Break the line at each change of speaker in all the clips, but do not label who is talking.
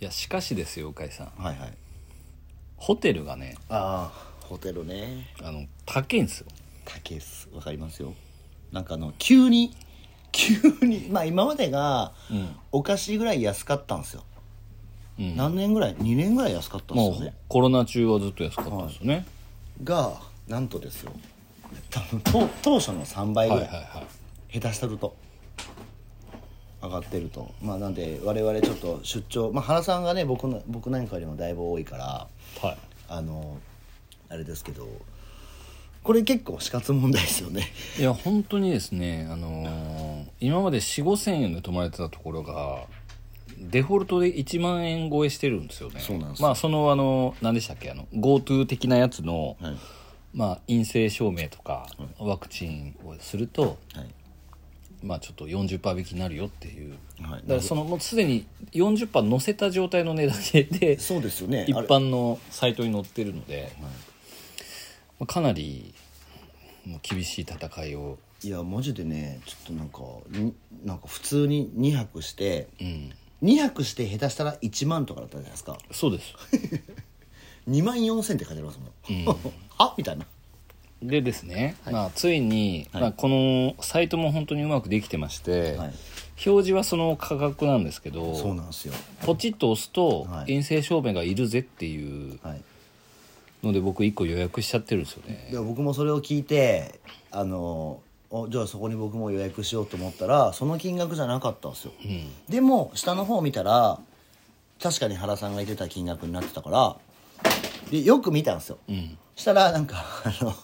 いやしかしですよ鵜飼さん
はいはい
ホテルがね
ああホテルね
あの高いんですよ
高いっすわかりますよなんかあの急に急にまあ今までが
うん
おかしいぐらい安かったんですよ、
うん
何年ぐらい2年ぐらい安かったんです
も
よ
う
ね
コロナ中はずっと安かったんですよね、
がなんとですよ多分当当初の3倍ぐ
は
ら
い、
い、
はいはいはい
下手したると上がってるとまあなんで我々ちょっと出張まあ原さんがね僕の僕なんかよりもだいぶ多いからあのあれですけどこれ結構死活問題ですよね
い、や本当にですね、あのー今まで4 5千円で泊まれてたところがデフォルトで1万円超えしてるんですよね
そうなんですよ
まあそのあの何でしたっけあの GoTo 的なやつの、
はい
まあ、陰性証明とかワクチンをすると、
はい
まあ、ちょっと40%引きになるよっていう、
は
だか
い
らそのもうすでに40%乗せた状態の値段でで
そうですよね
一
あれ
般のサイトに載ってるので、まあかなりもう厳しい戦いを、
いやマジでねちょっとなんかになんか普通に2泊して
うん、
2泊して下手したら1万とかだったじゃないですか
そう です
2万4000って書いてありますもん、 あみたいな
でですね、まあ、ついに、
はい
まあ、このサイトも本当にうまくできてまして、
はい
表示はその価格なんですけ
そう
ど
なんですよ
ポチッと押すと、
はい
陰性証明がいるぜっていう
はい
ので僕1個予約しちゃってるんですよね
いや僕もそれを聞いてあのおじゃあそこに僕も予約しようと思ったらその金額じゃなかったんですよ、でも下の方見たら確かに原さんが言ってた金額になってたからでよく見たんですよ、したらなんかあの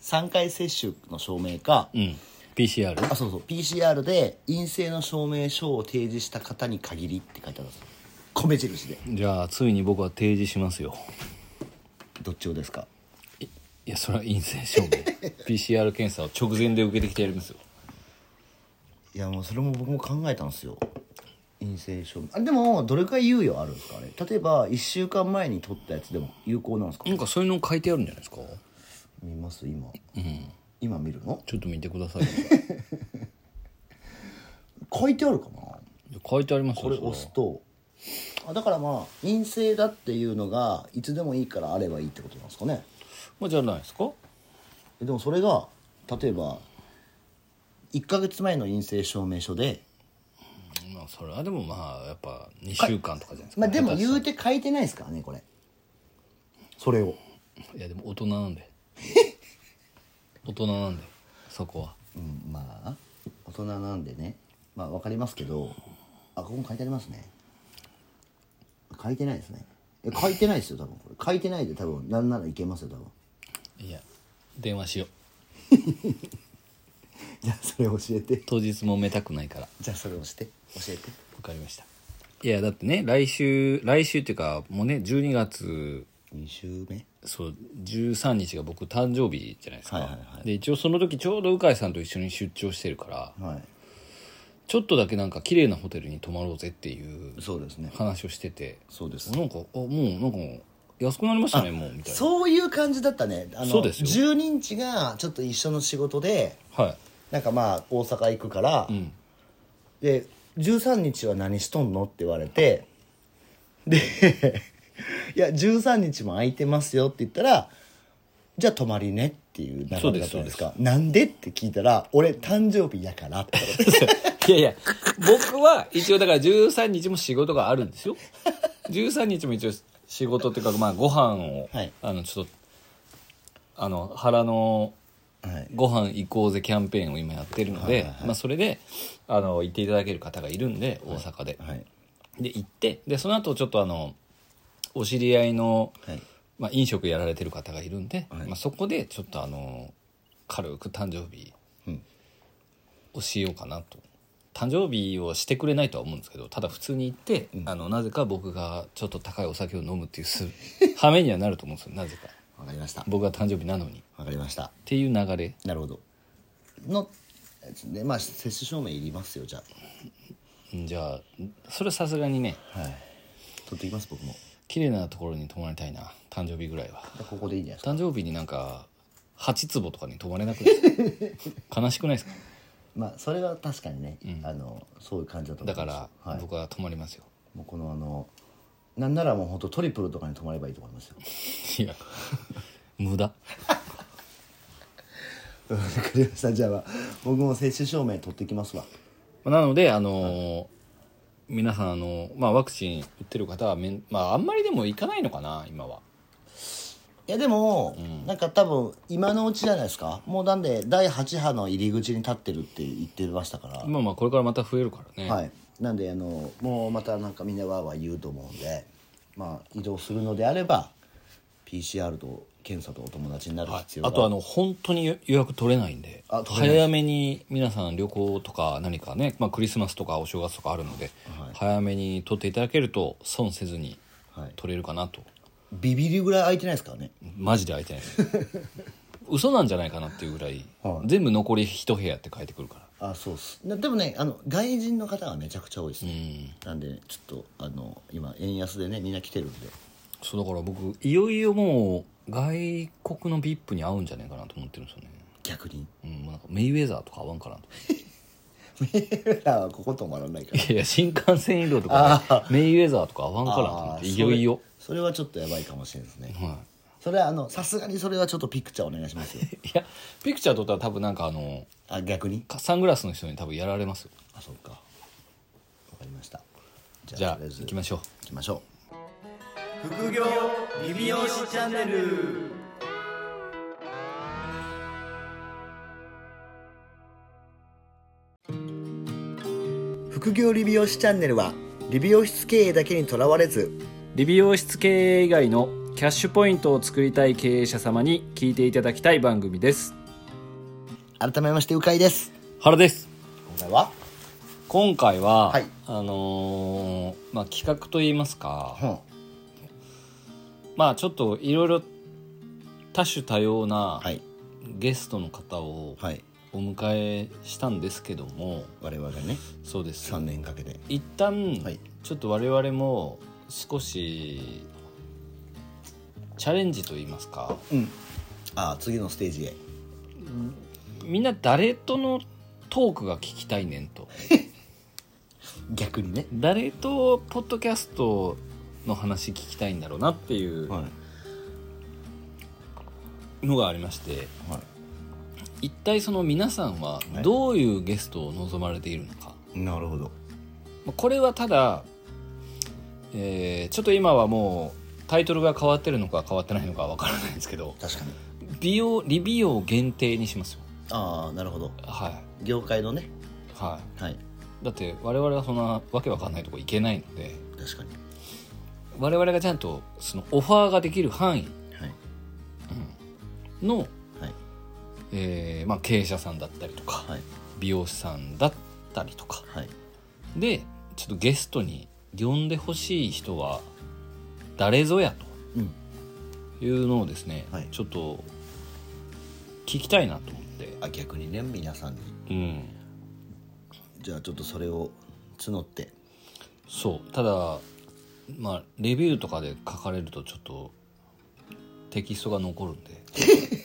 3回接種の証明か、
うん、PCR
あそうそう PCR で陰性の証明書を提示した方に限りって書いてあるんですよ米印で
じゃあついに僕は提示しますよ
どっちをですか
いやそれは陰性 証明 PCR 検査を直前で受けてきてやりますよ
いやもうそれも僕も考えたんですよ陰性証明あでもどれくらい猶予あるんですかね例えば1週間前に取ったやつでも有効なんですか
なんかそういうの書いてあるんじゃないですか
見ます今、今見るの
ちょっと見てください
書いてあるかな
書いてありますよ
これ
そは
押すとあだからまあ陰性だっていうのがいつでもいいからあればいいってことなんですかね
まあじゃないですか
えでもそれが例えば1ヶ月前の陰性証明書で
まあそれはでもまあやっぱ2週間とかじゃないですか、
まあでも
下
言うて書いてないですからねこれそれを
手したらいやでも大人なん で大人なんでそこは
うん、まあ大人なんでねまあわかりますけどあここも書いてありますね書いてないですねえ書いてないですよ多分これ書いてないで多分なんならいけますよ多分
いや電話しよう
じゃあそれ教えて
当日揉めたくないから
じゃあそれ押して教えて
わかりましたいやだってね来週来週っていうかもうね12月
2週目
そう13日が僕誕生日じゃないですか、
はいはいは
で一応その時ちょうど鵜飼さんと一緒に出張してるから
は
ちょっとだけなんか綺麗なホテルに泊まろうぜっていう
いそうですね
話をしてて
そうです
なんかあもうなんか安くなりましたねもうみたいな
そういう感じだったねあ
そ
の
うですよ
12日がちょっと一緒の仕事で
はい
なんかまあ大阪行くから、
うん
で13日は何しとんのって言われてでいや13日も空いてますよって言ったらじゃあ泊まりねっていう流れだったんです
そう
か
です
なんでって聞いたら俺誕生日やからって
いやいや、僕は一応だから13日も仕事があるんですよ。13日も一応仕事っていうか、まあご飯を、
はい
あの、ちょっと、あの、腹の
はい
ご飯行こうぜキャンペーンを今やってるので、
はいはいはい
まあそれで、あの、行っていただける方がいるんで、大阪で。
はい
で、行って、で、その後ちょっとあの、お知り合いの、
はい
まあ飲食やられてる方がいるんで、
はい
まあそこでちょっとあの、軽く誕生日
うん
をしようかなと誕生日をしてくれないとは思うんですけどただ普通に行って、あのなぜか僕がちょっと高いお酒を飲むっていうす羽目にはなると思うんですよなぜか
わかりました
僕が誕生日なのにっ
わかりました
ていう流れ
なるほどのでまあ接種証明いりますよじゃ
んじゃあそれはさすがにね
あはい取ってきます僕も
綺麗なところに泊まりたいな誕生日ぐらいは
じゃあここでいいんじゃないですか
誕生日になんか8坪とかに泊まれなくない ですか悲しくないですか
まあそれは確かにね、あのそういう感じだと思
だ
いま
か
す
ら
はい
僕は泊まりますよ、
もうこのあのなんならもう本当トリプルとかに泊まればいいと思いますよ
いや 無駄
わかりましたじゃあ僕も接種証明取ってきますわ
なのであの皆さんあの、まあ、ワクチン打ってる方はめん、まあ、あんまりでも行かないのかな今はい
やでも、なんか多分今のうちじゃないですかもうなんで第8波の入り口に立ってるって言ってましたから、
まあまあこれからまた増えるからね、
はいなんであのもうまたなんかみんなわーわー言うと思うんでまあ移動するのであれば PCR と検査とお友達になる必要が、
あとあの本当に予約取れないんで
あ取れない
早めに皆さん旅行とか何かね、まあ、クリスマスとかお正月とかあるので、早めに取っていただけると損せずに
はい
取れるかなと、
ビビるぐらい空いてないですからね
マジで空いてないです 嘘なんじゃないかなっていうぐらい、
はい
全部残り一部屋って書いてくるから
あそうっすなでもねあの外人の方がめちゃくちゃ多いです
う
ね、
ん
なんでちょっとあの今円安でねみんな来てるんで
そうだから僕いよいよもう外国の VIP に合うんじゃないかなと思ってるんですよね、
逆に
うんもうなんかメイウェザーとか合わんかなと
俺らはここ泊まらないから
いやいや新幹線移動とか、メイウェザーとか合わんかなと思
あ
っ
ー
ていよいよ
それそれはちょっとやばいかもしれないですね、
は
それはあのさすがにそれはちょっとピクチャーお願いしますよ
いやピクチャー撮ったら多分なんかあの
あ逆に
かサングラスの人に多分やられますよ
あそうかわかりましたじ
じゃあ
とりえず
行きましょう
行きましょ
副業リビオシチャンネル
う副業理美容師チャンネルは理美容室経営だけにとらわれず
理美容室経営以外のキャッシュポイントを作りたい経営者様に聞いていただきたい番組です
改めましてうかいです
原です
今回は
今回は、
はい
あのーまあ、企画といいますか、
うん
まあちょっといろいろ多種多様な
はい
ゲストの方を
はい
お迎えしたんですけども、
我々ね
そうです
3年かけて
一旦
はい
ちょっと我々も少しチャレンジといいますか
うんああ次のステージへ
みんな誰とのトークが聞きたいねんと
逆にね
誰とポッドキャストの話聞きたいんだろうなっていう
はい
のがありまして
は
一体その皆さんは
はい
どういうゲストを望まれているのか、
いなるほど
まあこれはただ、えーちょっと今はもうタイトルが変わってるのか変わってないのかわからないんですけど
確かに
美容リビオ限定にしますよ
ああなるほど
はい
業界のね
は
はい
いだって我々はそんなわけわかんないとこ行けないので
確かに
我々がちゃんとそのオファーができる範囲
はい
の、
はい
えーまあ、経営者さんだったりとか、
はい
美容師さんだったりとか
はい
でちょっとゲストに呼んでほしい人は誰ぞや
うん
というのをですね、
はい
ちょっと聞きたいなと思って、
あ逆にね皆さん
う
に
ん、
じゃあちょっとそれを募って
そうただまあレビューとかで書かれるとちょっとテキストが残るんで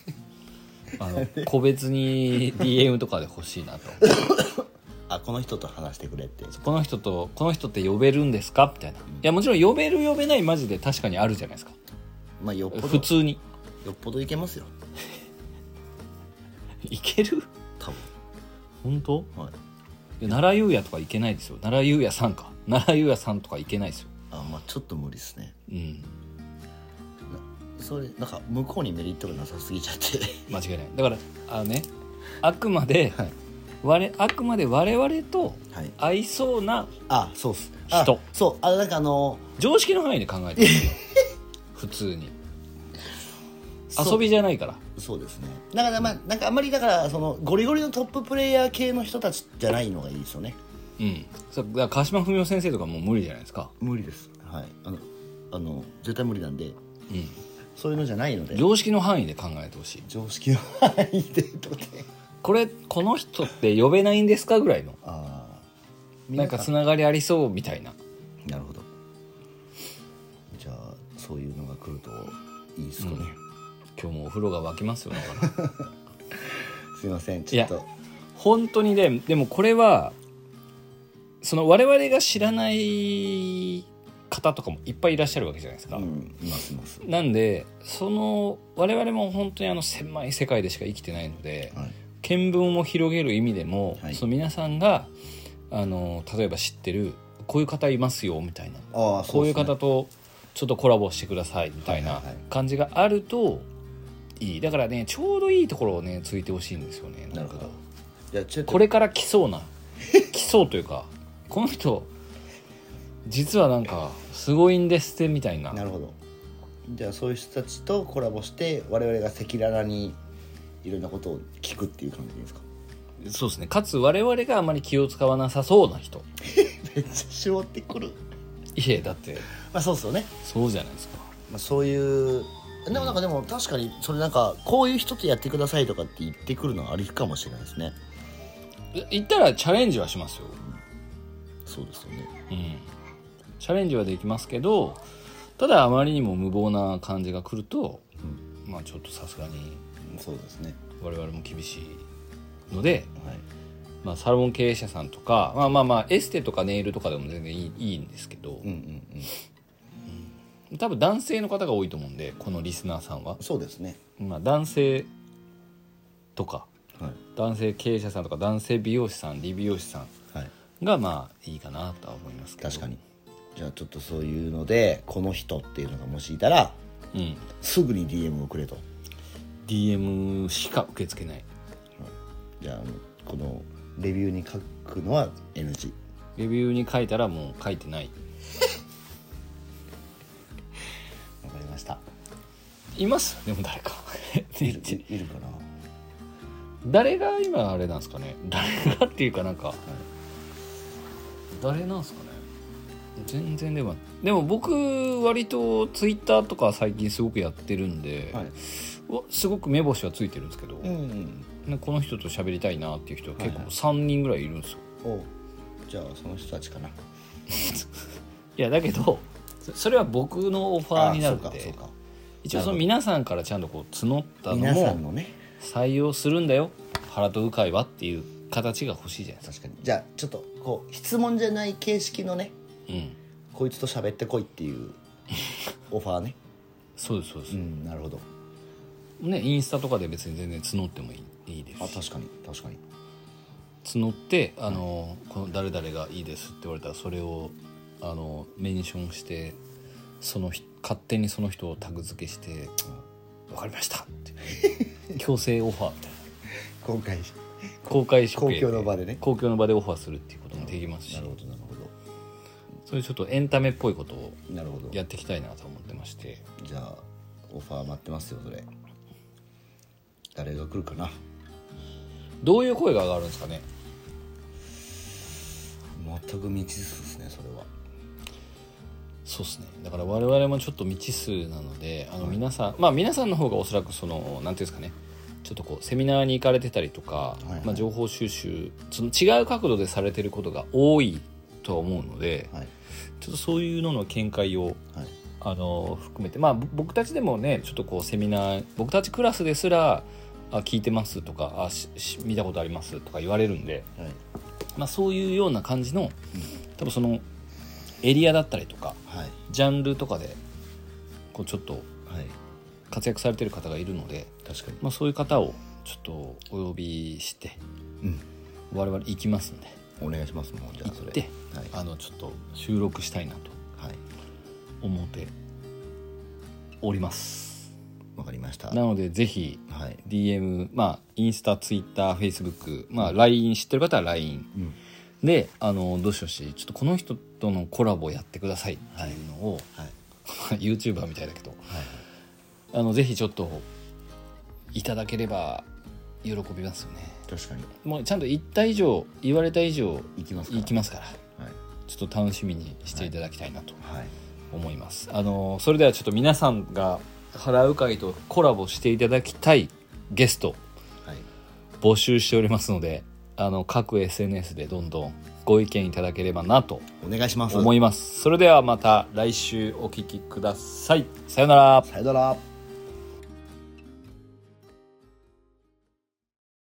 あの個別に DM とかで欲しいなと
あこの人と話してくれって
この人とこの人って呼べるんですかみたいないやもちろん呼べる呼べないマジで確かにあるじゃないですか
まあよっぽど
普通 に
よっぽどいけますよ
いける
多
本当
分はい
いや奈良優也とかいけないですよ奈良優也さんか奈良優也さんとかいけないですよ
あまあちょっと無理ですね
うん
それなんか向こうにメリットがなさすぎちゃって
間違いないだからあのねあくまで、
はい
我あくまで我々と
はい
合いそうな
あそうっすあ
人
そうあなんかあの
常識の範囲で考え てる普通に
そう
遊びじゃないから
そうですねだからまあなんかあんまりだからそのゴリゴリのトッププレイヤー系の人たちじゃないのがいいですよね
うんそうだから川島文夫先生とかもう無理じゃないですか
無理ですはいあのあの絶対無理なんで
うん
そういうのじゃないので
常識の範囲で考えてほしい
常識の範囲でとて
これこの人って呼べないんですかぐらいの
ああ
なんかつながりありそうみたいな
なるほどじゃあそういうのが来るといいですかね、
今日もお風呂が沸きますよ だから
すいません
い
ちょ
や
っと
本当にねでもこれはその我々が知らない方とかもいっぱいいらっしゃるわけじゃないですか、
うんいますいます
なんでその我々も本当にあの狭い世界でしか生きてないので、
はい
見聞を広げる意味でも、
はい
その皆さんがあの例えば知ってるこういう方いますよみたいな
ああ
こういう
ですね
方とちょっとコラボしてくださいみたい
は
ない
はいはい
感じがあるといいだからねちょうどいいところをねついてほしいんですよね
な
な
る
ん
ほ
か
どいやちょっと
これから来そうな 来そうというかこの人実はなんかすごいんですってみたいな
なるほどじゃあそういう人たちとコラボして我々が赤裸々にいろんなことを聞くっていう感じでいいですか
そうですねかつ我々があまり気を使わなさそうな人
めっちゃ絞ってくる
いえだって
まあそうっすよね、
そうじゃないですか
まあ、そういうでもなんかでも確かにそれなんかこういう人とやってくださいとかって言ってくるのはありかもしれないですね
い言ったらチャレンジはしますよ
そうですよね
うんチャレンジはできますけどただあまりにも無謀な感じが来ると、まあちょっとさすがに
そうですね
我々も厳しいので、
はい
まあ、サロン経営者さんとかまあまあまあエステとかネイルとかでも全然いいいいんですけど
うんうんうん
多分男性の方が多いと思うんでこのリスナーさんは、
そうですね
まあ、男性とか
はい
男性経営者さんとか男性美容師さん理美容師さ
はい
んがまあいいかなとは思いますけど
確かにじゃあちょっとそういうのでこの人っていうのがもしいたら
うん
すぐに DM をくれと
DM しか受け付けない
じゃああのこのレビューに書くのは NG
レビューに書いたらもう書いてない
わかりました
います でも誰か
いるいいるかな
誰が今あれなんですかね誰がっていうかなんか、誰なんですかね全然でもでも僕割とツイッターとか最近すごくやってるんで、
はい
わすごく目星はついてるんですけど、
うん
ねこの人と喋りたいなっていう人は結
はい
構
はい
3人ぐらいいるんですよ、
おじゃあその人たちかない
やだけどそそれは僕のオファーになるん
あそう
で
かそうか
一応その皆さんからちゃんとこう募ったの
皆さん
も
のね
採用するんだよ原と鵜飼はっていう形が欲しいじゃないですか
確かにじゃあちょっとこう質問じゃない形式のね
うん
こいつと喋ってこいっていう オファーね
そうですそうです、
んなるほど
ねインスタとかで別に全然募ってもいいいいで
あ
すし
確かに確かに
募ってあの、この誰々がいいですって言われたらそれをあのメンションしてその人勝手にその人をタグ付けして「わ、かりました」って 強制オファーみたいな
今回
公開処刑で
公共の場でね
公共の場でオファーするっていうこともできますし
なるほどなるほ
そういうちょっとエンタメっぽいことを
どなるほど
やっていきたいなと思ってまして
じゃあオファー待ってますよそれ誰が来るかな
どういう声が上がるんですかね
全く未知数ですねそれは
そうですねだから我々もちょっと未知数なのであの皆さん、まあ皆さんの方がおそらくその何ていうんですかねちょっとこうセミナーに行かれてたりとか、
いはい
まあ、情報収集その違う角度でされてることが多いとは思うので、
はい
ちょっとそういうのの見解を
はい
あの含めてまあぼ僕たちでもねちょっとこうセミナー僕たちクラスですら「あ聞いてます」とかあしし「見たことあります」とか言われるんで、
はい
まあ、そういうような感じの多分そのエリアだったりとか
はい
ジャンルとかでこうちょっと
はい
活躍されてる方がいるので、
確かに
まあ、そういう方をちょっとお呼びして
うん
我々行きますんで
お願いしますもうじゃあそ
行っ
れ
て
はい
あのちょっと収録したいなと
はい
思っております。
わかりました
なのでぜひ
はい
DM まあインスタツイッターフェイスブックまあ LINE 知ってる方は LINE
うん
であのどしどしちょっとこの人とのコラボやってくださいっていうのを、
はい
YouTuber みたいだけど
はい
あのぜひちょっといただければ喜びますよね
確かに
もうちゃんと言った以上言われた以上
行きますか
行きますから
はい
ちょっと楽しみにしていただきたいなと
はい
思います、あのそれではちょっと皆さんが払う会とコラボしていただきたいゲスト
はい
募集しておりますのであの各 SNS でどんどんご意見いただければなと
お願いします
思
い
いますそれではまた来週お聞きくださいさようなら
さよなら